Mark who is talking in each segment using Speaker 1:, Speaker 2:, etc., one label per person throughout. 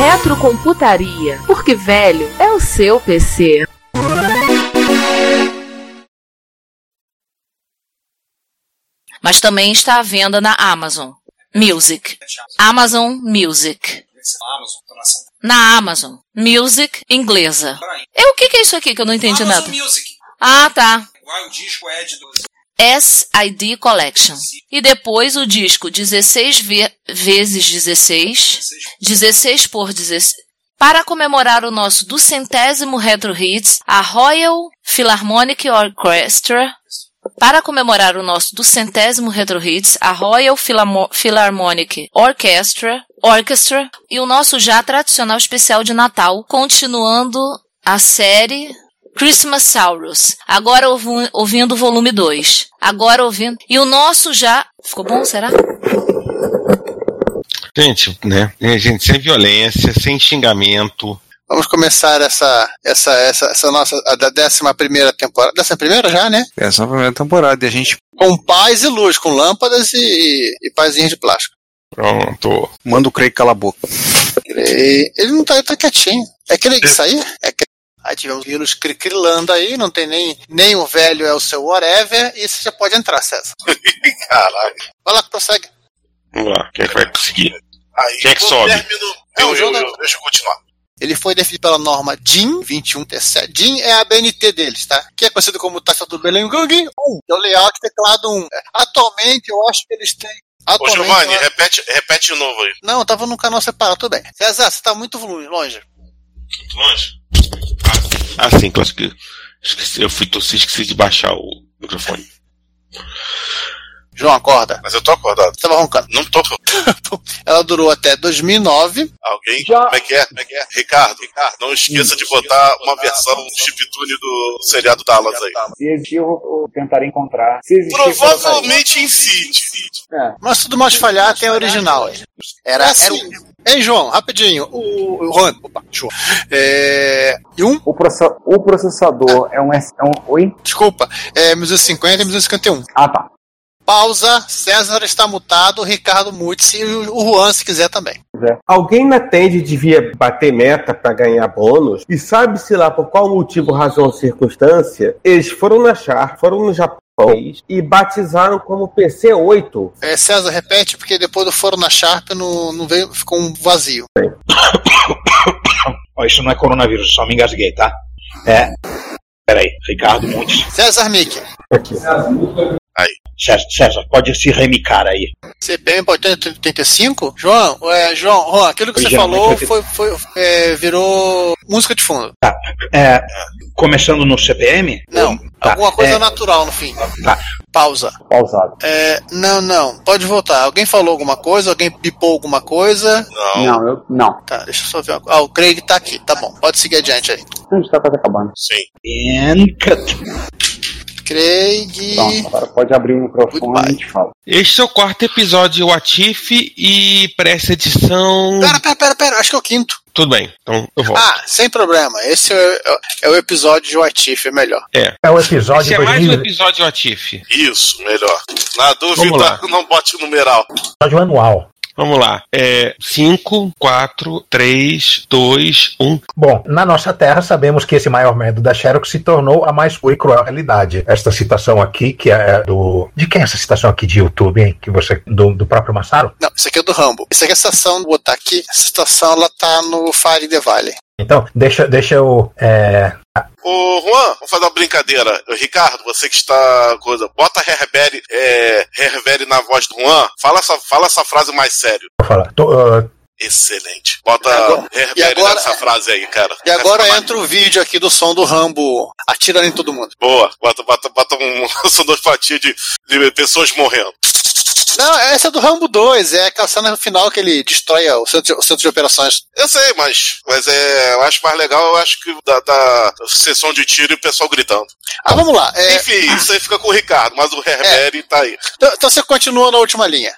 Speaker 1: Retrocomputaria, porque velho é o seu PC.
Speaker 2: mas também está à venda na Amazon Music. Amazon Music.
Speaker 3: tá
Speaker 2: Na Amazon Music inglesa. É o que, que é isso aqui que eu não entendi nada?
Speaker 3: Music.
Speaker 2: Ah, tá.
Speaker 3: Uai, o disco é de 12.
Speaker 2: SID Collection. E depois o disco 16 ve- vezes 16, 16 por 16. Para comemorar o nosso duzentésimo Retro Hits, a Royal Philharmonic Orchestra. Para comemorar o nosso duzentésimo Retro Hits, a Royal Philamo- Philharmonic Orchestra, Orchestra e o nosso já tradicional especial de Natal, continuando a série Christmas Saurus. Agora ouvu- ouvindo o volume 2. Agora ouvindo. E o nosso já. Ficou bom, será?
Speaker 4: Gente, né? É, Gente, sem violência, sem xingamento.
Speaker 5: Vamos começar essa, essa, essa, essa nossa, a da décima primeira temporada. Décima primeira já, né?
Speaker 6: É só a primeira temporada e a gente
Speaker 5: Com paz e luz, com lâmpadas e, e, e pazinhas de plástico.
Speaker 4: Pronto.
Speaker 6: manda o Craig calar a boca.
Speaker 5: Ele, ele não tá, ele tá quietinho. É aquele que saiu? É que... Aí tivemos Linus cri- crilando aí, não tem nem, nem o velho é o seu whatever, e você já pode entrar, César.
Speaker 3: Caraca.
Speaker 5: Vai lá que prossegue.
Speaker 4: Vamos lá, quem é que vai conseguir?
Speaker 3: Aí,
Speaker 4: Quem é que
Speaker 3: eu
Speaker 4: sobe?
Speaker 3: termino-
Speaker 5: É o
Speaker 3: Eu, eu,
Speaker 5: jogo,
Speaker 3: eu, deixa eu continuar.
Speaker 5: Ele foi definido pela norma DIN 2137. DIN é a BNT deles, tá? Que é conhecido como taxa do Belengug 1, que é o layout teclado 1. Atualmente, eu acho que eles têm.
Speaker 3: Ô,
Speaker 5: Atualmente, eu
Speaker 3: Giovanni, é-
Speaker 5: acho-
Speaker 3: repete, repete de novo aí.
Speaker 5: Não, eu tava num canal separado, tudo bem. César, você tá muito volume, longe.
Speaker 3: Muito longe.
Speaker 4: Ah, sim, claro que esqueci, eu fui tossir, esqueci de baixar o microfone.
Speaker 5: João, acorda.
Speaker 3: Mas eu tô acordado.
Speaker 5: Você tava roncando.
Speaker 3: Não tô.
Speaker 5: Ela durou até 2009.
Speaker 3: Alguém? Como é que é? Como é que é? Ricardo, Ricardo, não esqueça de botar uma versão chiptune do seriado Dallas aí.
Speaker 7: Se existir, eu vou eu tentarei encontrar. Se existir,
Speaker 3: Provavelmente incide.
Speaker 5: Mas tudo mais falhar tem a original. hein? Era
Speaker 3: É
Speaker 5: assim.
Speaker 3: assim.
Speaker 5: Ei, João, rapidinho. O, o Juan. Opa, João. É. E um,
Speaker 7: O, proce- o processador é um, S- é um. Oi?
Speaker 5: desculpa. É 1250 e 1251.
Speaker 7: Ah, tá.
Speaker 5: Pausa. César está mutado. Ricardo Mutz e o o Juan, se quiser também.
Speaker 8: Alguém na TED devia bater meta pra ganhar bônus e sabe-se lá por qual motivo, razão ou circunstância, eles foram na Char, foram no Japão e batizaram como PC-8.
Speaker 5: É, César, repete, porque depois do foro na Sharp não, não veio, ficou um vazio.
Speaker 9: Ó, isso não é coronavírus, só me engasguei, tá? É. Peraí, Ricardo Montes.
Speaker 5: César Mick.
Speaker 9: César, César, pode se remicar aí.
Speaker 5: CPM para 85? João, é, João, Juan, aquilo que
Speaker 9: Pois
Speaker 5: você
Speaker 9: é,
Speaker 5: falou
Speaker 9: mas vai ter-
Speaker 5: foi, foi, é, virou música de fundo.
Speaker 9: É, começando no CPM?
Speaker 5: Não,
Speaker 9: Tá,
Speaker 5: alguma coisa
Speaker 9: é,
Speaker 5: natural no fim.
Speaker 9: Tá.
Speaker 5: Pausa.
Speaker 7: Pausado.
Speaker 5: É, não, não, pode voltar. Alguém falou alguma coisa? Alguém pipou alguma coisa?
Speaker 3: Não.
Speaker 7: Não, eu. Não.
Speaker 5: Tá, deixa eu só ver. uma co- Ah, o Craig tá aqui, tá bom. Pode seguir adiante aí.
Speaker 7: A gente tá quase acabando.
Speaker 3: Sim.
Speaker 9: and cut.
Speaker 5: Craig.
Speaker 7: Pronto, agora pode abrir o microfone e a gente fala.
Speaker 4: Este é o quarto episódio do Atif e para essa edição.
Speaker 5: Pera, pera, pera, pera, acho que é o quinto.
Speaker 4: Tudo bem, então eu volto.
Speaker 5: Ah, sem problema. Esse é, é- é o episódio de Watif, é melhor.
Speaker 8: É o
Speaker 4: Esse
Speaker 10: Ah,
Speaker 8: episódio
Speaker 4: é mais
Speaker 10: né?
Speaker 4: um episódio do Atif.
Speaker 3: Isso, melhor. Na
Speaker 4: Vamos lá.
Speaker 3: dúvida, não bote o numeral.
Speaker 8: anual.
Speaker 4: Vamos lá. É 5, 4, 3, 2, 1.
Speaker 8: Bom, na nossa terra sabemos que esse maior medo da Xerox se tornou a mais pura e cruel realidade. Esta citação aqui, que é do... De quem é essa citação aqui de YouTube, hein? Que você... Do, do próprio Massaro?
Speaker 5: Não, isso aqui é do Rambo. Isso aqui é a estação, vou botar aqui. Essa estação ela tá no Fire the Valley.
Speaker 8: Então, deixa, deixa eu... É,
Speaker 3: Ô, Juan, vamos fazer uma brincadeira. Ô, Ricardo, você que está. Coisa, bota Herbere, é, Herbere na voz do Juan. Fala essa, fala essa frase mais sério.
Speaker 8: Vou falar. Tô, ah,
Speaker 3: Excelente. Bota
Speaker 5: agora-
Speaker 3: Herbert
Speaker 5: agora-
Speaker 3: nessa frase aí, cara.
Speaker 5: E agora entra o vídeo aqui do som do Rambo atirando em todo mundo.
Speaker 3: Boa, bota, bota, bota um sonorifatia de, de pessoas morrendo.
Speaker 5: Não, essa é do Rambo 2, é aquela cena final que ele destrói o centro, o centro de operações.
Speaker 3: Eu sei, mas, mas é, eu acho mais legal, eu acho que da, da sessão de tiro e o pessoal gritando.
Speaker 5: Ah, vamos lá. é-
Speaker 3: Enfim, isso aí fica com o Ricardo, mas o Herbert tá aí.
Speaker 5: Então, então você continua na última linha.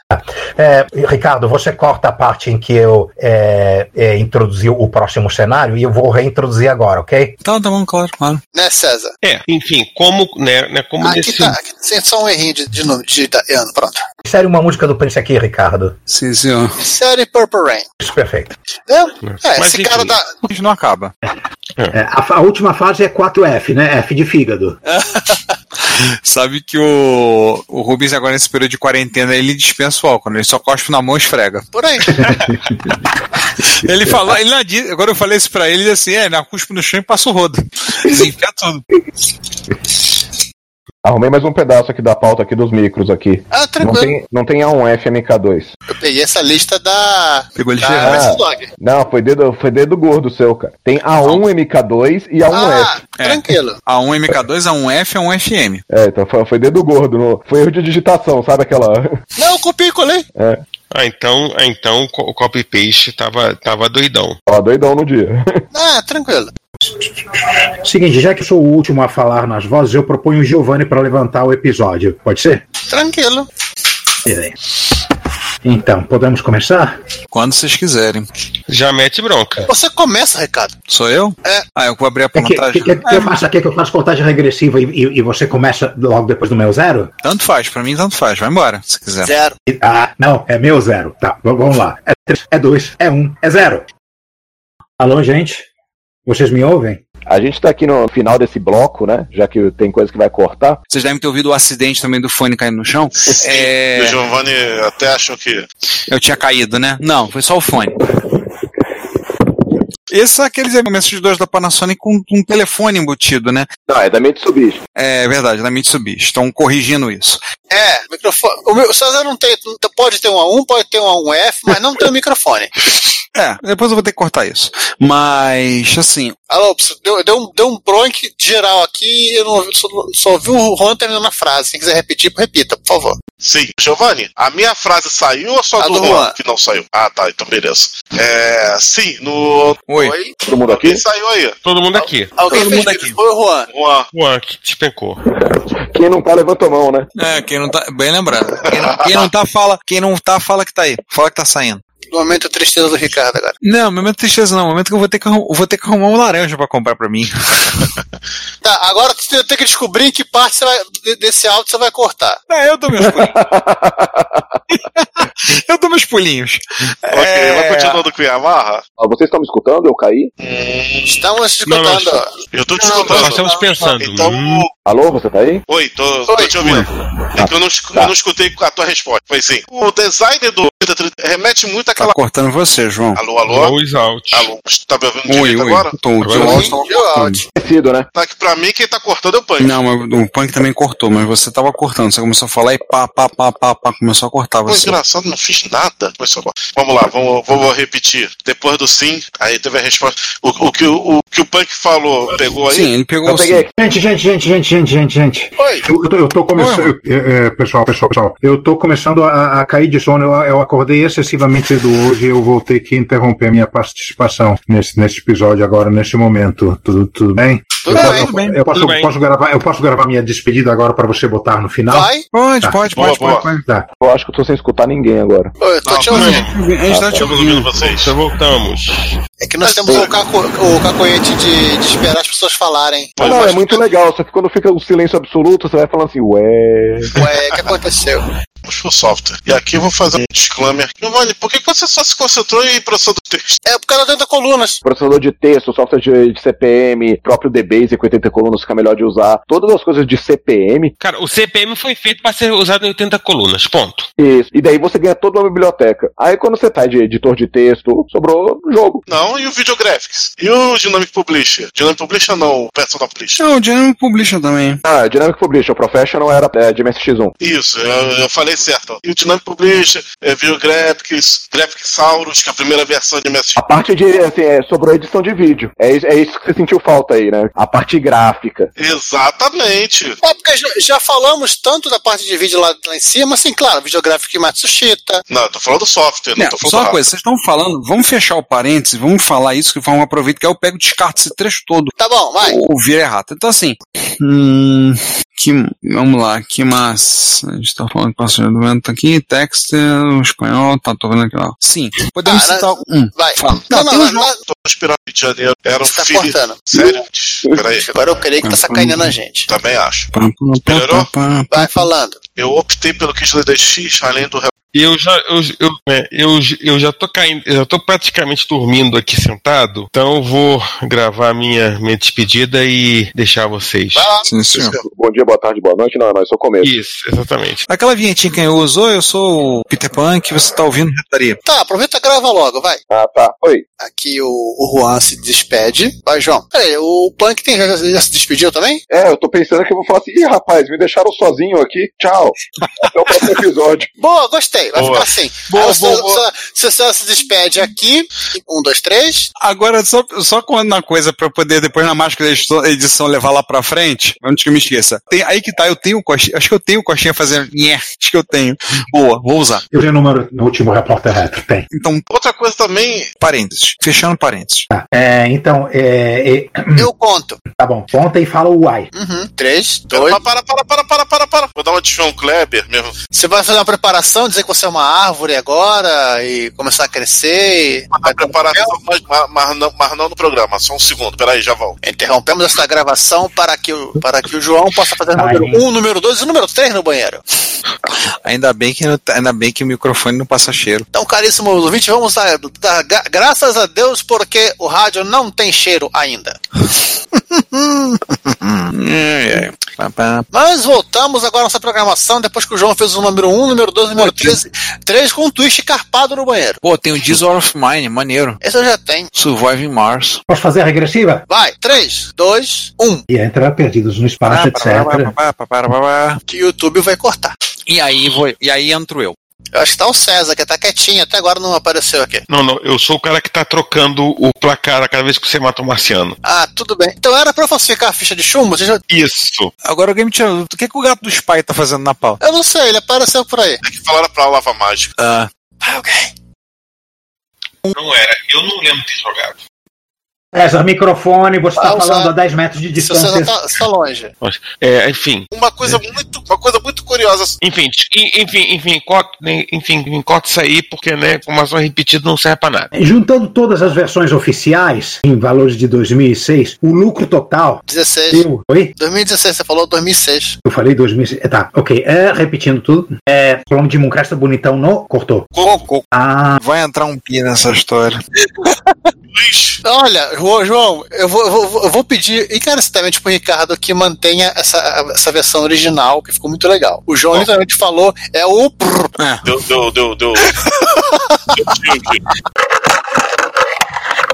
Speaker 10: É, Ricardo, você corta a parte em que eu é, é, introduzi o próximo cenário e eu vou reintroduzir agora, ok?
Speaker 11: Tá, tá bom, claro, claro.
Speaker 5: Né, César?
Speaker 4: É, enfim, como, né, né, como
Speaker 5: aqui
Speaker 4: desse-
Speaker 5: tá, aqui, sem só um errinho de, de número, de, de ano, pronto.
Speaker 10: Insere uma música do Prince aqui, Ricardo.
Speaker 11: Sim, senhor.
Speaker 5: Série Purple Rain.
Speaker 10: Isso, perfeito.
Speaker 5: É, é,
Speaker 11: Mas
Speaker 5: esse
Speaker 11: enfim.
Speaker 5: cara da.
Speaker 11: O vídeo não acaba.
Speaker 10: É, a, fa- a última fase é 4F, né? F de fígado.
Speaker 11: Sabe que o, o Rubens agora nesse período de quarentena ele dispensa o álcool, né? Ele só cospe na mão e esfrega.
Speaker 5: Por aí.
Speaker 11: Ele falou, ele não disse- agora eu falei isso pra ele ele assim, é, na cuspe no chão e passa o rodo. Desenfia tudo.
Speaker 12: Arrumei mais um pedaço aqui da pauta aqui dos micros aqui.
Speaker 5: Ah,
Speaker 12: Não
Speaker 5: tranquilo.
Speaker 12: tem, não tem A1F MK2.
Speaker 5: Eu peguei essa lista da.
Speaker 11: Pegou
Speaker 5: da
Speaker 12: Ah,
Speaker 5: Mrs. Dog.
Speaker 12: não, foi dedo, foi dedo gordo seu, cara. Tem A1 MK2 e
Speaker 4: Ah!
Speaker 12: A1F.
Speaker 5: tranquilo.
Speaker 11: A1 MK2, A1F, A1FM.
Speaker 12: É, então foi, foi dedo gordo. no- foi erro de digitação, sabe aquela.
Speaker 5: Não, copiei e colei.
Speaker 12: É.
Speaker 4: Ah, então, ah, então co- o copy paste tava, tava doidão.
Speaker 12: Ó, doidão no dia.
Speaker 5: Ah, tranquilo.
Speaker 10: Seguinte, já que eu sou o último a falar nas vozes, eu proponho o Giovanni para levantar o episódio. Pode ser?
Speaker 5: Tranquilo.
Speaker 10: Beleza. Então, podemos começar?
Speaker 11: Quando vocês quiserem.
Speaker 4: Já mete bronca.
Speaker 5: Você começa, Ricardo.
Speaker 11: Sou eu?
Speaker 5: É.
Speaker 11: Ah, eu vou abrir a É,
Speaker 10: Quer que,
Speaker 11: contagem.
Speaker 10: quer que eu faça, quer que eu faça contagem regressiva e, e- e você começa logo depois do meu zero?
Speaker 11: Tanto faz, pra mim tanto faz. Vai embora, se quiser.
Speaker 5: Zero.
Speaker 10: Ah, não, é meu zero. Tá, v- vamos lá. É três, é dois, é um, é zero. Alô, gente? Vocês me ouvem?
Speaker 12: A gente tá aqui no final desse bloco, né? Já que tem coisa que vai cortar.
Speaker 11: Vocês devem ter ouvido o acidente também do fone caindo no chão. É,
Speaker 3: O Giovanni até achou que.
Speaker 11: eu tinha caído, né? Não, foi só o fone. Esses são aqueles equipamentos de dois da Panasonic com um telefone embutido, né?
Speaker 12: Não, é da Mitsubishi.
Speaker 11: É verdade, da Mitsubishi. Estão corrigindo isso.
Speaker 5: É, microfone. O, meu, o César não tem. não- Pode ter um A1, pode ter um A1F, mas não tem o microfone.
Speaker 11: É, depois eu vou ter que cortar isso. Mas, assim,
Speaker 5: Alô, pss, deu, deu um, deu um bronque geral aqui e eu não, ouvi- só, só ouvi o Juan terminando a frase. Se quiser repetir, repita, por favor.
Speaker 3: Sim, Giovanni, a minha frase saiu ou só
Speaker 5: A
Speaker 3: do,
Speaker 5: do
Speaker 3: Juan
Speaker 5: Juan.
Speaker 3: que não saiu? Ah, tá, então beleza. É, sim, no.
Speaker 11: Oi.
Speaker 12: Todo mundo
Speaker 3: aqui? Quem saiu aí?
Speaker 4: Todo mundo aqui.
Speaker 5: Alguém
Speaker 4: Todo
Speaker 5: fez
Speaker 4: mundo
Speaker 5: aqui. Foi o Juan.
Speaker 3: Juan.
Speaker 4: Juan, que despencou.
Speaker 12: Quem não tá, levanta a mão, né?
Speaker 11: é, quem não tá. Bem lembrado. Quem não, quem não tá, fala. Quem não tá, fala que tá aí. Fala que tá saindo.
Speaker 5: No momento, a tristeza do Ricardo agora.
Speaker 11: Não, momento de tristeza não. Momento que eu vou ter que, arrum- eu vou ter que arrumar um laranja pra comprar pra mim.
Speaker 5: Tá, agora você tem que descobrir em que parte você vai- de- desse áudio você vai cortar.
Speaker 11: É, eu dou meus pulinhos. eu dou meus pulinhos.
Speaker 3: Ok, vai continuando com a Yamaha?
Speaker 12: Ó, vocês estão me escutando? Eu caí?
Speaker 5: Estamos
Speaker 3: Não, não,
Speaker 5: escutando.
Speaker 3: Eu tô te
Speaker 5: Não,
Speaker 3: escutando.
Speaker 4: Nós estamos pensando.
Speaker 3: Então,
Speaker 12: Alô, você tá aí?
Speaker 3: Oi, tô, tô te ouvindo. É que eu não, escu- eu não escutei a tua resposta. Foi assim. O design do 3030 remete muito àquela.
Speaker 11: Tá cortando você, João.
Speaker 3: Alô, alô?
Speaker 4: Luz out.
Speaker 3: Alô, tá me ouvindo
Speaker 11: Oi,
Speaker 3: direito
Speaker 11: oi.
Speaker 3: agora?
Speaker 11: Tô, o teu áudio tava cortando.
Speaker 12: Tecido, né?
Speaker 3: Tá que pra mim quem tá cortando é o punk.
Speaker 11: Não, mas o punk também cortou, mas você tava cortando. Você começou a falar e pá, pá, pá, pá, pá, começou a cortar
Speaker 3: Pô,
Speaker 11: você.
Speaker 3: engraçado, não fiz nada. Foi só- Vamos lá, vamos, vamos repetir. Depois do sim, aí teve a resposta. O, o que, o, o que o Punk falou, pegou aí?
Speaker 11: Sim, ele pegou
Speaker 12: Eu peguei
Speaker 10: Gente, gente, gente, gente, gente, gente, gente.
Speaker 5: Oi.
Speaker 10: Eu, eu tô, eu tô começando. eu- é, é, pessoal, pessoal, pessoal. Eu tô começando a, a cair de sono. Eu, eu acordei excessivamente cedo hoje e eu vou ter que interromper minha participação nesse, nesse episódio agora, nesse momento. Tudo, tudo bem?
Speaker 5: Tudo
Speaker 10: eu,
Speaker 12: Tá
Speaker 5: bem,
Speaker 10: eu-
Speaker 5: tudo
Speaker 11: bem,
Speaker 10: eu posso,
Speaker 4: tudo bem.
Speaker 10: posso gravar, eu posso gravar minha despedida agora pra você botar no final?
Speaker 5: Vai?
Speaker 11: Pode, pode,
Speaker 3: Tá, Boa,
Speaker 11: pode,
Speaker 3: boa.
Speaker 11: pode.
Speaker 10: Vai, Tá.
Speaker 12: Eu acho que eu tô sem escutar ninguém agora.
Speaker 5: Oi, eu tô
Speaker 3: Não,
Speaker 5: te ouvindo.
Speaker 11: A gente tá te
Speaker 3: Estamos
Speaker 11: ouvindo.
Speaker 3: ouvindo vocês.
Speaker 4: Então voltamos.
Speaker 5: É que nós temos o, caco, o cacoete de, de esperar as pessoas falarem.
Speaker 12: Ah, não, é muito legal, só que quando fica o silêncio absoluto, você vai falando assim, ué.
Speaker 5: Ué, o que aconteceu?
Speaker 3: Puxa o software. E aqui eu vou fazer um disclaimer. Giovanni, por que que você só se concentrou em processando texto?
Speaker 5: É porque ela tenta colunas.
Speaker 12: Processador de texto, software de, de CPM, próprio DBase com 80 colunas que é melhor de usar. Todas as coisas de CPM,
Speaker 4: Cara, o CPM foi feito para ser usado em 80 colunas. Ponto.
Speaker 12: isso. E daí você ganha toda uma biblioteca. Aí quando você tá de editor de texto, sobrou jogo.
Speaker 3: Não, e o Videographics? E o Dynamic Publisher? Dynamic Publisher não, o Personal Publisher. Tá,
Speaker 11: Não, o Dynamo é um Publisher também.
Speaker 12: Ah, Dynamic Publisher Professional era é, de MSX1.
Speaker 3: Isso, eu, eu falei falei certo. E o Dynamic Publisher, é, Videographics, Graphic Saurus, que é a primeira versão de Mass
Speaker 13: A parte de, assim, é, sobrou edição de vídeo. É, isso- é isso que você sentiu falta aí, né? A parte gráfica.
Speaker 3: Exatamente.
Speaker 5: É porque já, já falamos tanto da parte de vídeo lá, lá em cima, assim, claro, videográfico e Matsushita.
Speaker 3: Não, eu tô falando do software,
Speaker 5: não
Speaker 11: É, só uma coisa, vocês estão falando, vamos fechar o parênteses, vamos falar isso, que vamos aproveitar, que aí eu pego e descarto esse trecho todo.
Speaker 5: Tá bom, vai.
Speaker 11: Ou vira errado. Então assim. Hum, que, vamos lá, que massa. A gente tá falando que passou do vento aqui, texto, espanhol, tá, tô vendo aqui lá. Sim, podemos citar um.
Speaker 5: Vai.
Speaker 11: Fala.
Speaker 5: Não, não, não, não,
Speaker 3: Tô esperando o Rio de Janeiro. Era um
Speaker 5: Você tá
Speaker 3: filho.
Speaker 5: cortando.
Speaker 3: Sério? Peraí.
Speaker 5: Agora eu creio que tá sacaneando a gente.
Speaker 3: Também acho.
Speaker 11: um Melhorou?
Speaker 5: Vai falando.
Speaker 3: Eu optei pelo kit DDX, além do
Speaker 12: Eu já, eu, eu, é, eu, eu já tô caindo, eu já tô praticamente dormindo aqui sentado, então eu vou gravar minha, minha despedida e deixar vocês.
Speaker 11: Sim, senhor.
Speaker 13: Bom dia, boa tarde, boa noite. Não, é nóis, só começo.
Speaker 12: Isso, exatamente.
Speaker 11: Aquela vinhetinha que eu usou, eu sou o Peter Pan, que você tá ouvindo retaria.
Speaker 5: Tá, aproveita e grava logo, vai.
Speaker 13: Ah, tá. Oi.
Speaker 5: Aqui o, o Juan se despede. Vai, João. Peraí, o Punk tem, já, já se despediu também?
Speaker 13: É, eu tô pensando que eu vou falar assim, ih, rapaz, me deixaram sozinho aqui. Tchau. Até o próximo episódio.
Speaker 5: Boa, gostei. Vai
Speaker 13: Boa.
Speaker 5: ficar assim.
Speaker 13: Boa,
Speaker 5: Aí você,
Speaker 13: boa, boa.
Speaker 5: só- você só se despede aqui. Um, dois, três.
Speaker 11: Agora, só, só com uma coisa pra eu poder depois na máscara da edição- edição levar lá pra frente, antes que eu me esqueça. Tem, aí que tá, eu tenho o coxinha, acho que eu tenho o coxinha fazendo, nhé, acho que eu tenho. Boa, vou usar.
Speaker 10: Eu vi no número no último repórter retro, tem.
Speaker 11: Então,
Speaker 3: outra coisa também.
Speaker 11: Parênteses, fechando parênteses.
Speaker 10: É, então, é,
Speaker 13: Uhum.
Speaker 5: Eu conto.
Speaker 10: Tá bom, conta e fala o ai.
Speaker 5: Uhum. Três, dois.
Speaker 3: é, Para, para, para, para, para, para. Vou dar uma de João Kleber mesmo.
Speaker 5: Você vai fazer uma preparação, dizer que você é uma árvore agora e começar a crescer. e-
Speaker 3: A preparação, mas, mas- mas não, mas não no programa. Só um segundo, peraí, já volto.
Speaker 5: Interrompemos essa gravação para que o, para que o João possa fazer número um, número dois e número três no banheiro.
Speaker 11: Ainda bem que, não tá- ainda bem que o microfone não passa cheiro.
Speaker 5: Então, caríssimo ouvinte, vamos dar, dar gra- graças a Deus porque o rádio não tem cheiro ainda.
Speaker 11: É, é. Pá, pá.
Speaker 5: Mas voltamos agora à nossa programação depois que o João fez o número 1, número 2, número 13, 3 com um twist carpado no banheiro.
Speaker 11: Pô, tem o Diesel of Mine, maneiro.
Speaker 5: Esse eu já tenho.
Speaker 11: Surviving Mars.
Speaker 10: Posso fazer a regressiva?
Speaker 5: Vai, um, 3, 2, 1.
Speaker 10: E entra perdidos no
Speaker 11: Ah,
Speaker 10: espaço, etc.
Speaker 5: Que o YouTube vai cortar.
Speaker 11: E aí, vou, e aí entro eu.
Speaker 5: Eu acho que tá o César, que tá quietinho, até agora não apareceu aqui.
Speaker 12: Não, não, eu sou o cara que tá trocando o placar a cada vez que você mata um marciano.
Speaker 5: Ah, tudo bem. Então era pra eu falsificar a ficha de chumbo? Você já...
Speaker 12: Isso.
Speaker 11: Agora alguém me tira. O que, que o gato do Spy tá fazendo na pau?
Speaker 5: Eu não sei, ele apareceu por aí.
Speaker 3: Que falaram pra lava mágica.
Speaker 11: Ah.
Speaker 12: Não era, eu não lembro de ter jogado.
Speaker 10: César, microfone, você
Speaker 5: Ah,
Speaker 10: tá
Speaker 5: o
Speaker 10: falando
Speaker 5: César-
Speaker 10: a 10 metros de
Speaker 5: Isso você
Speaker 10: distância.
Speaker 5: já tá, tá longe.
Speaker 12: Mas, é, enfim.
Speaker 3: Uma coisa
Speaker 10: É.
Speaker 3: muito, uma coisa muito curiosa.
Speaker 12: Enfim, e- enfim, enfim, corta, né, enfim, enfim, corta isso aí, porque, né, informação repetida não serve pra nada.
Speaker 10: Juntando todas as versões oficiais, em valores de 2006, o lucro total.
Speaker 5: 16.
Speaker 10: Eu, oi?
Speaker 5: 2016, você falou 2006.
Speaker 10: Eu falei 2006. É, Tá, ok. É, repetindo tudo. É, o nome de Mooncresta bonitão não cortou.
Speaker 11: Coco.
Speaker 10: Ah.
Speaker 11: Vai entrar um pi nessa história.
Speaker 5: Olha, Ro- João, eu vou, eu vou- eu vou pedir encarecidamente pro Ricardo que mantenha essa, essa versão original, que ficou muito legal. O João literalmente falou, é o. prrr.
Speaker 3: Deu, deu, deu, deu.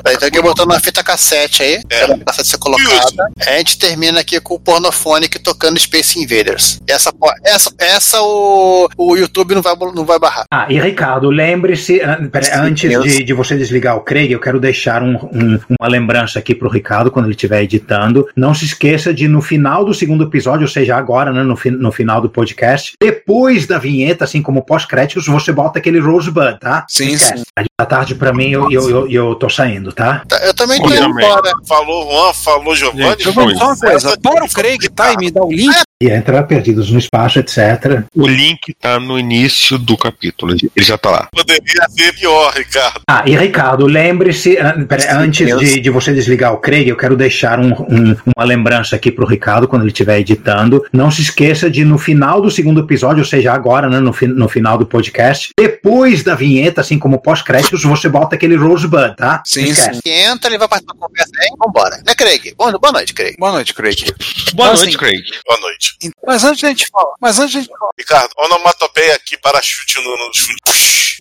Speaker 5: Aí tem que botar uma fita cassete aí, pra ela passar de ser colocada. A gente termina aqui com o Pornofonic tocando Space Invaders. Essa, po- essa, essa o, o YouTube não vai, não vai barrar.
Speaker 10: Ah, e Ricardo, lembre-se, an- pera- antes de, de você desligar o Craig, eu quero deixar um- um- uma lembrança aqui pro Ricardo quando ele estiver editando. Não se esqueça de, no final do segundo episódio, ou seja, agora, né, no, fi- no final do podcast, depois da vinheta, assim como pós-créditos, você bota aquele Rosebud, tá?
Speaker 11: Sim,
Speaker 10: sim. Da tarde pra mim, eu, eu, eu, eu tô saindo, tá?
Speaker 5: Eu também um
Speaker 10: tô indo embora.
Speaker 3: Falou Juan, falou Giovanni.
Speaker 10: Gente, eu vou só uma
Speaker 11: é.
Speaker 10: coisa,
Speaker 11: Bora o Craig, tá? E me dá o link.
Speaker 10: E entrar perdidos no espaço, etc.
Speaker 12: O link tá no início do capítulo, ele já tá lá.
Speaker 3: Poderia ser pior, Ricardo.
Speaker 10: Ah, e Ricardo, lembre-se, an- pera- antes de, de você desligar o Craig, eu quero deixar um- um- uma lembrança aqui pro Ricardo quando ele estiver editando. Não se esqueça de, no final do segundo episódio, ou seja, agora, né, no, fi- no final do podcast, depois da vinheta, assim como pós-créditos, você bota aquele Rosebud, tá? Sim,
Speaker 5: Que entra, ele vai participar da conversa aí, vambora. Né, Craig? Boa, boa noite, Craig.
Speaker 11: Boa noite, Craig.
Speaker 12: Boa
Speaker 11: Então,
Speaker 12: noite,
Speaker 11: assim,
Speaker 12: Craig.
Speaker 3: Boa noite.
Speaker 11: Mas antes da gente falar, mas antes da gente falar.
Speaker 3: Ricardo, onomatopeia aqui para chute no, no chute.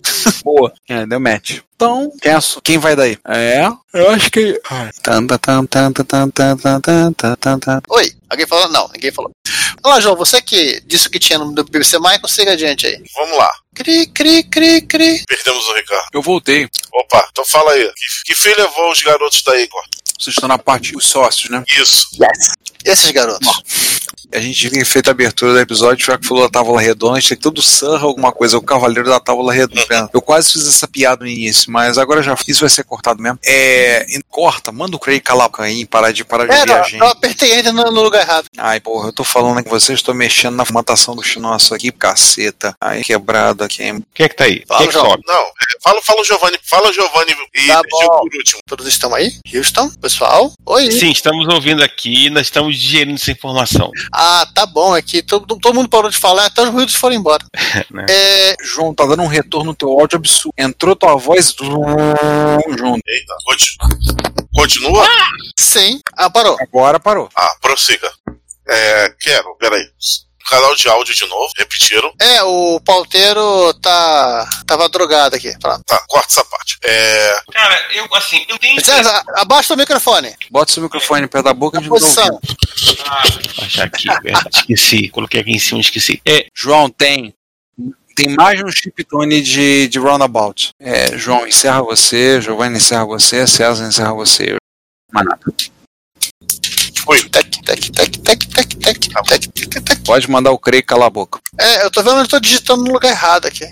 Speaker 11: Boa. É, deu match. Então, quem, assu- quem vai daí? É, eu acho que. Oi.
Speaker 5: Alguém falou? Não, ninguém falou. Olha lá, João, você que disse o que tinha no BBC Michael, siga adiante aí.
Speaker 3: Vamos lá.
Speaker 5: Cri, cri, cri, cri.
Speaker 3: Perdemos o Ricardo.
Speaker 11: Eu voltei.
Speaker 3: Opa, então fala aí. Que, que fim levou os garotos da Igor?
Speaker 11: Vocês estão na parte dos sócios, né?
Speaker 3: Isso.
Speaker 5: Esses garotos.
Speaker 11: A gente tinha feito a abertura do episódio, já que falou da Távola Redonda, tinha todo Sanra alguma coisa, o Cavaleiro da Távola
Speaker 5: Uhum.
Speaker 11: Redonda. Eu quase fiz essa piada no início, mas agora já isso vai ser cortado mesmo. É, em- corta, manda o Craig calar o Caim, parar de parar de
Speaker 5: É,
Speaker 11: ouvir a
Speaker 5: não,
Speaker 11: gente.
Speaker 5: eu apertei ainda no, no lugar errado.
Speaker 11: Ai, porra, eu tô falando com vocês, tô mexendo na formatação do nosso aqui, caceta. Ai, quebrado aqui.
Speaker 12: Quem é que tá aí?
Speaker 3: Fala, João. Não, é, fala, fala o Giovanni. Fala o Giovanni e
Speaker 5: Tá
Speaker 3: Gil por último.
Speaker 5: Todos estão aí? Houston, pessoal? Oi.
Speaker 12: Sim, estamos ouvindo aqui, nós estamos digerindo essa informação.
Speaker 5: Ah, tá bom aqui. Todo, todo mundo parou de falar, até os ruídos foram embora.
Speaker 12: né?
Speaker 5: É,
Speaker 11: João, tá dando um retorno no teu áudio absurdo. Entrou tua voz zum, junto.
Speaker 3: Eita, conti- continua?
Speaker 5: Sim. Ah, parou.
Speaker 11: Agora parou.
Speaker 3: Ah, prossiga. É, quero, peraí. Canal de áudio de novo, repetiram.
Speaker 5: É, o pauteiro tá. tava drogado aqui. Pronto.
Speaker 3: Tá, corta essa parte. É.
Speaker 12: Cara, eu, assim, eu tenho.
Speaker 5: César, abaixa o microfone.
Speaker 11: Bota seu microfone perto da boca de
Speaker 5: Posição.
Speaker 12: Achar aqui, pera, esqueci. Coloquei aqui em cima, esqueci. É,
Speaker 11: João, tem. Tem mais de um chiptone de, de roundabout. É, João, encerra você, Giovanni encerra você, César encerra você. Manato.
Speaker 3: Oi.
Speaker 5: Tec, tec, tec, tec, tec, tec, tec, tec, tec.
Speaker 11: Pode mandar o Craig calar a boca.
Speaker 5: É, eu tô vendo que eu tô digitando no lugar errado aqui.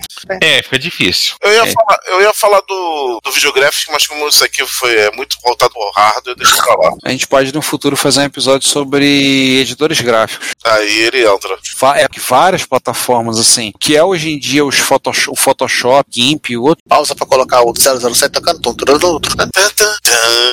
Speaker 12: É, fica difícil.
Speaker 3: Eu ia, falar, eu ia falar do, do videográfico, mas como isso aqui foi é, muito voltado ao hardware, eu deixei pra lá.
Speaker 11: A gente pode no futuro fazer um episódio sobre editores gráficos.
Speaker 3: Aí ele entra.
Speaker 11: Va- É, que várias plataformas, assim, que é hoje em dia os Photoshop, o Photoshop, GIMP e outro.
Speaker 5: Pausa pra colocar o 007 tocando tum, tum, tum, tum,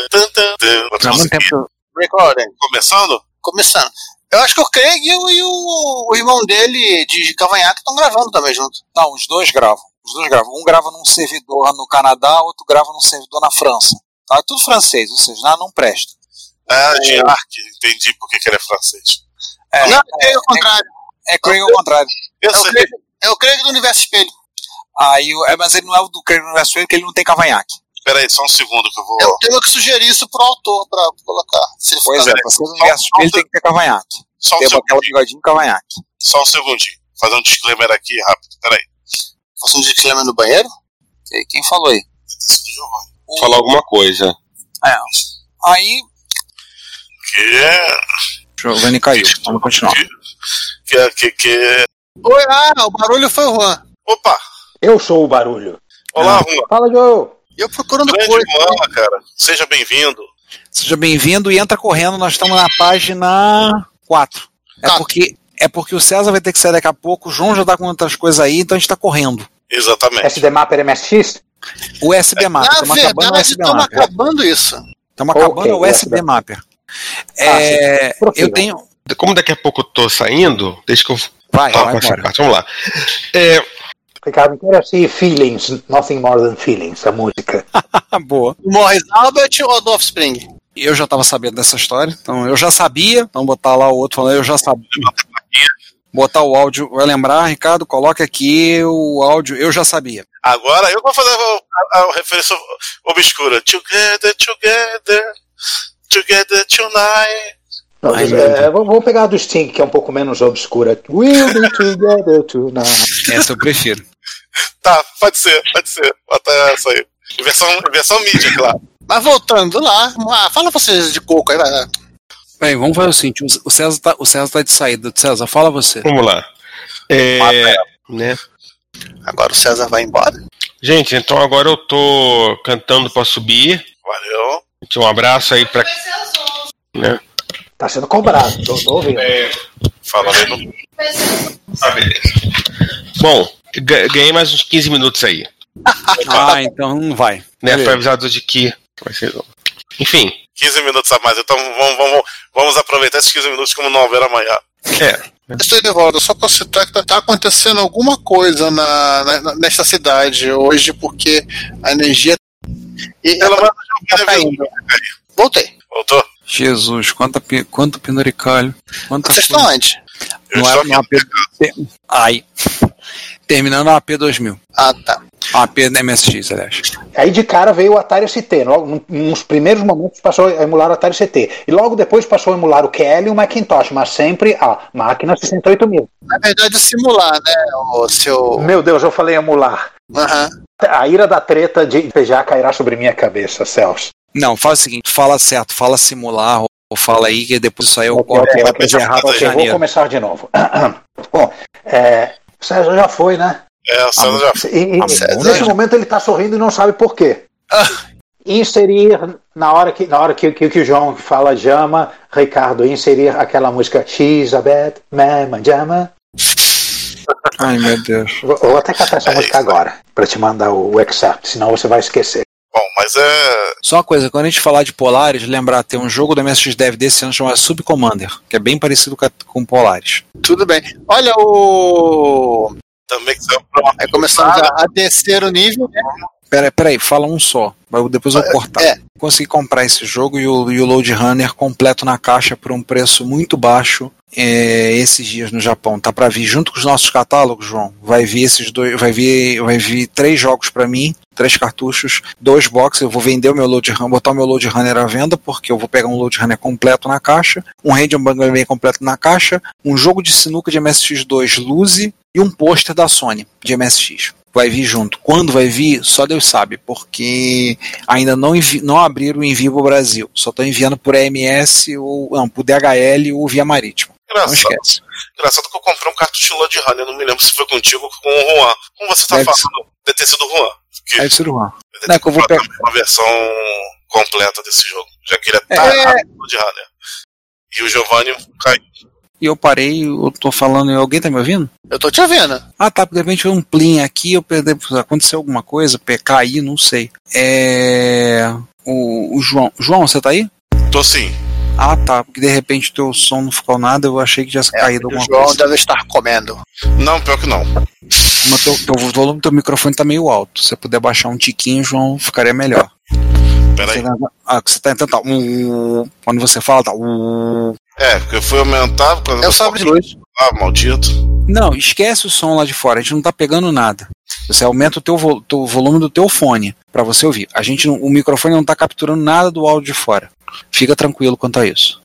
Speaker 5: tum.
Speaker 11: Há muito tempo.
Speaker 5: Recording.
Speaker 3: tá Começando?
Speaker 5: Começando. Eu acho que o Craig e o, e o- o irmão dele de cavanhaque estão gravando também junto.
Speaker 11: Não, os dois gravam. Os dois gravam. Um grava num servidor no Canadá, outro grava num servidor na França. Tá? É tudo francês, ou seja, não, não presta.
Speaker 3: Ah,
Speaker 12: É.
Speaker 3: de Ark, entendi porque que ele é francês.
Speaker 11: É,
Speaker 5: Não, é Craig ao contrário.
Speaker 11: É Craig ao contrário.
Speaker 5: É o Craig, é o Craig do Universo Espelho.
Speaker 11: Aí, o- é, mas ele não é o do Craig no Universo Espelho, porque ele não tem cavanhaque.
Speaker 3: Peraí, só um segundo que eu vou.
Speaker 5: Eu tenho que sugerir isso pro autor pra colocar. Se ele
Speaker 11: Pois é,
Speaker 5: ficar-
Speaker 11: pra ser do Universo Espelho tem que ter cavanhaque.
Speaker 3: Só um
Speaker 11: Tem
Speaker 3: segundo.
Speaker 11: aquela bigodinho e cavanhaque.
Speaker 3: Só um segundinho. Fazer um disclaimer aqui rápido. Peraí.
Speaker 5: Faça um disclaimer no banheiro?
Speaker 11: Quem falou aí?
Speaker 4: Falar alguma coisa.
Speaker 11: É. Aí.
Speaker 3: Que. é,
Speaker 11: Giovanni caiu. Vamos continuar.
Speaker 3: Que. é, Que. que...
Speaker 5: Oi, ah, o barulho foi o Juan.
Speaker 3: Opa!
Speaker 8: Eu sou o barulho.
Speaker 3: Olá, Juan.
Speaker 8: Fala, João.
Speaker 5: é. Eu procurando
Speaker 3: Grande
Speaker 11: coisa.
Speaker 3: Juan, cara. Seja bem-vindo.
Speaker 11: Seja bem-vindo e entra correndo, nós estamos na página 4. É porque, é porque o César vai ter que sair daqui a pouco, o João já tá com outras coisas aí, então a gente tá correndo.
Speaker 3: Exatamente.
Speaker 7: SD Mapper MSX?
Speaker 11: O SB Mapper,
Speaker 5: Na
Speaker 11: estamos acabando o
Speaker 5: verdade,
Speaker 11: SB
Speaker 5: estamos
Speaker 11: Mapper.
Speaker 5: tá acabando isso.
Speaker 11: Estamos acabando o
Speaker 12: Ok,
Speaker 11: SB
Speaker 12: USB.
Speaker 11: Mapper. É, eu tenho.
Speaker 12: Como daqui a pouco eu tô saindo, deixa que eu.
Speaker 11: Vai,
Speaker 12: falar
Speaker 7: vai
Speaker 12: com essa
Speaker 7: embora.
Speaker 12: parte. Vamos lá. É,
Speaker 7: Ricardo, quero see Feelings, Nothing More Than Feelings, a música.
Speaker 11: Boa.
Speaker 5: Morris Albert ou do Offspring?
Speaker 11: Eu já tava sabendo dessa história, então eu já sabia. Então botar lá o outro falando, eu já sabia. Botar o áudio, vai lembrar, Ricardo, coloca aqui o áudio, eu já sabia.
Speaker 3: Agora eu vou fazer a, a- a referência obscura. Together, together, together tonight.
Speaker 7: Não,
Speaker 3: Ai,
Speaker 7: é,
Speaker 3: meu
Speaker 7: é, vamos vamos pegar a do Sting, que é um pouco menos obscura. We'll be together tonight.
Speaker 11: É, Essa eu prefiro.
Speaker 3: Tá, pode ser, pode ser. Bota essa aí. Em Versão, em versão mídia, claro.
Speaker 5: Mas voltando lá, vamos lá, fala vocês de coco aí, vai lá.
Speaker 11: Bem, vamos fazer o seguinte: o César tá, o César tá de saída. César, fala você.
Speaker 12: Vamos lá. É, né?
Speaker 5: Agora o César vai embora.
Speaker 12: Gente, então agora eu tô cantando pra subir.
Speaker 3: Valeu.
Speaker 12: Um abraço aí pra. Né?
Speaker 7: Tá sendo cobrado, tô, tô ouvindo.
Speaker 3: Fala mesmo.
Speaker 12: Ah, beleza. Bom, ga- ganhei mais uns 15 minutos aí.
Speaker 11: Ah, então não vai.
Speaker 12: Né? Foi avisado de que vai ser. Enfim.
Speaker 3: 15 minutos a mais. Então vamos, vamos, vamos aproveitar esses 15 minutos como não houver amanhã.
Speaker 12: É.
Speaker 5: Estou de volta, só para citar que tá, tá acontecendo alguma coisa na, na- na- nesta cidade hoje, porque a energia. E ela vai
Speaker 3: tá
Speaker 5: caindo. Voltei.
Speaker 3: Voltou?
Speaker 11: Jesus, quanta, pi- quanto penduricalho. é Quanta
Speaker 5: Vocês estão onde?
Speaker 11: Não era no AP. Ai. Terminando a AP2000.
Speaker 5: Ah, tá.
Speaker 11: Ah, MSX, aliás.
Speaker 7: Aí de cara veio o Atari ST. Logo, nos primeiros momentos passou a emular o Atari ST. E logo depois passou a emular o QL e o Macintosh, mas sempre a máquina 68 mil.
Speaker 5: Na verdade, simular, né? O seu.
Speaker 7: Meu Deus, eu falei emular. A ira da treta de PGA cairá sobre minha cabeça, Celso.
Speaker 11: Não, faz o seguinte, fala certo, fala simular, ou fala aí, que depois isso aí eu corto.
Speaker 7: Ok,
Speaker 11: e É, vai
Speaker 7: ok,
Speaker 11: pedir errado em
Speaker 7: ok, vou
Speaker 11: janeiro.
Speaker 7: começar de novo. Bom, é, o César já foi, né?
Speaker 3: É, o Sandro já foi.
Speaker 7: E- e-
Speaker 3: Ah, César.
Speaker 7: nesse momento ele tá sorrindo e não sabe por quê.
Speaker 3: Ah.
Speaker 7: Inserir na hora que na hora que, que, que o João fala jama, Ricardo, inserir aquela música She's a bad mama jama.
Speaker 11: Ai meu Deus.
Speaker 7: Vou, vou até catar
Speaker 3: É
Speaker 7: essa música agora, pra te mandar o, o excerpt, senão você vai esquecer.
Speaker 3: Bom, mas é.
Speaker 11: Só uma coisa, quando a gente falar de Polaris, lembrar, tem um jogo do MSX Dev desse ano chamado Subcommander, que é bem parecido com, a- com Polaris.
Speaker 5: Tudo bem. Olha o.
Speaker 3: Também que é saiu
Speaker 5: Aí começamos a, a descer o nível, né?
Speaker 11: Peraí, peraí, fala um só. mas Depois eu vou cortar. Consegui comprar esse jogo e o, e o Load Runner completo na caixa por um preço muito baixo é, esses dias no Japão. Tá pra vir junto com os nossos catálogos, João. Vai vir esses dois. Vai vir, vai vir três jogos pra mim, três cartuchos, dois boxes. Eu vou vender o meu Load Runner, botar o meu Load Runner à venda, porque eu vou pegar um Load Runner completo na caixa, um Random Bang completo na caixa, um jogo de sinuca de MSX2 Luzi e um pôster da Sony de MSX vai vir junto. Quando vai vir, só Deus sabe, porque ainda não, envi- não abriram o envio para o Brasil. Só estão enviando por EMS ou não, por DHL ou via marítimo. Não
Speaker 3: Engraçado.
Speaker 11: esquece.
Speaker 3: Engraçado que eu comprei um cartucho Lord Runner, eu não me lembro se foi contigo ou com o Juan. Como você tá
Speaker 11: Deve
Speaker 3: falando? Deve ter sido o Juan.
Speaker 11: Aí você não vai. Não, é que eu vou pegar.
Speaker 3: Uma versão completa desse jogo. Já que ele é
Speaker 11: É.
Speaker 3: tarado no Lord Runner. E o Giovanni caiu.
Speaker 11: E eu parei, eu tô falando, e alguém tá me ouvindo?
Speaker 5: Eu tô te ouvindo.
Speaker 11: Ah, tá, porque de repente foi um plim aqui, eu perdi, aconteceu alguma coisa, pecar aí, não sei. É. O, o João. João, você tá aí?
Speaker 3: Tô sim.
Speaker 11: Ah, tá, porque de repente teu som não ficou nada, eu achei que já caído
Speaker 5: O
Speaker 11: alguma
Speaker 5: João
Speaker 11: coisa.
Speaker 5: deve estar comendo.
Speaker 3: Não, pior que não.
Speaker 11: Mas teu, teu volume do teu microfone tá meio alto. Se você puder baixar um tiquinho, João, ficaria melhor.
Speaker 3: Peraí.
Speaker 11: Ah, que você tá entrando, tá. uh, quando você fala, tá. uh.
Speaker 3: É, porque eu fui aumentar por causa
Speaker 11: É o
Speaker 3: do
Speaker 11: sabre de
Speaker 3: foco.
Speaker 11: luz.
Speaker 3: Ah, maldito.
Speaker 11: Não, esquece o som lá de fora, a gente não tá pegando nada. Você aumenta o teu, vo- teu volume do teu fone pra você ouvir. A gente não- o microfone não tá capturando nada do áudio de fora. Fica tranquilo quanto a isso.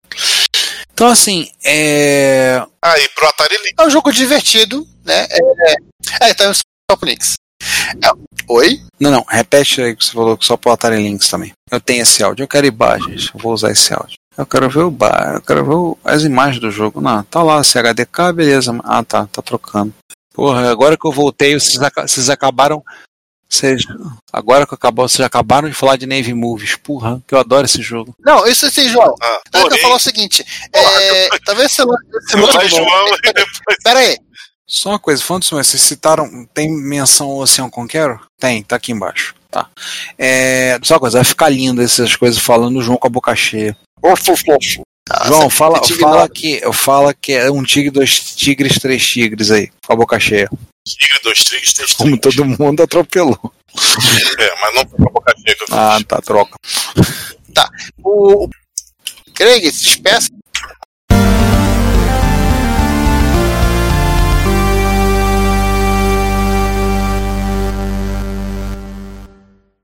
Speaker 11: Então assim, é
Speaker 3: Aí, Ah, pro Atari Lynx.
Speaker 5: É um jogo divertido, né? É, é, é então é só pro Nix. É, Oi?
Speaker 11: Não, não, repete aí que você falou que só pro Atari Lynx também. Eu tenho esse áudio, eu quero imagens, eu vou usar esse áudio. Eu quero ver o bar, eu quero ver o- as imagens do jogo. Não, tá lá, CHDK, beleza. Ah, tá, tá trocando. Porra, agora que eu voltei, vocês, aca- vocês acabaram. Vocês, agora que acabou, vocês acabaram de falar de Navy Movies. Porra, que eu adoro esse jogo.
Speaker 5: Não, isso assim, João.
Speaker 3: Ah,
Speaker 5: eu assim, quero falar o seguinte. É, talvez você
Speaker 3: Vai, João, e é depois.
Speaker 5: Pera aí.
Speaker 11: Só uma coisa, falando disso, mas vocês citaram. Tem menção ao Ocean Conquero? Tem, tá aqui embaixo. Tá. É, só uma coisa, vai ficar lindo essas coisas falando o João com a boca cheia. João, fala,
Speaker 5: tive
Speaker 11: fala
Speaker 5: nada.
Speaker 11: que fala que é um tigre, dois tigres, três tigres aí, com a boca cheia.
Speaker 3: Tigre, dois tigres, três
Speaker 11: Como todo mundo atropelou.
Speaker 3: tigres. É, mas não foi com a Ah, boca cheia que eu
Speaker 11: Ah, tá, troca.
Speaker 5: O Craig, se despeça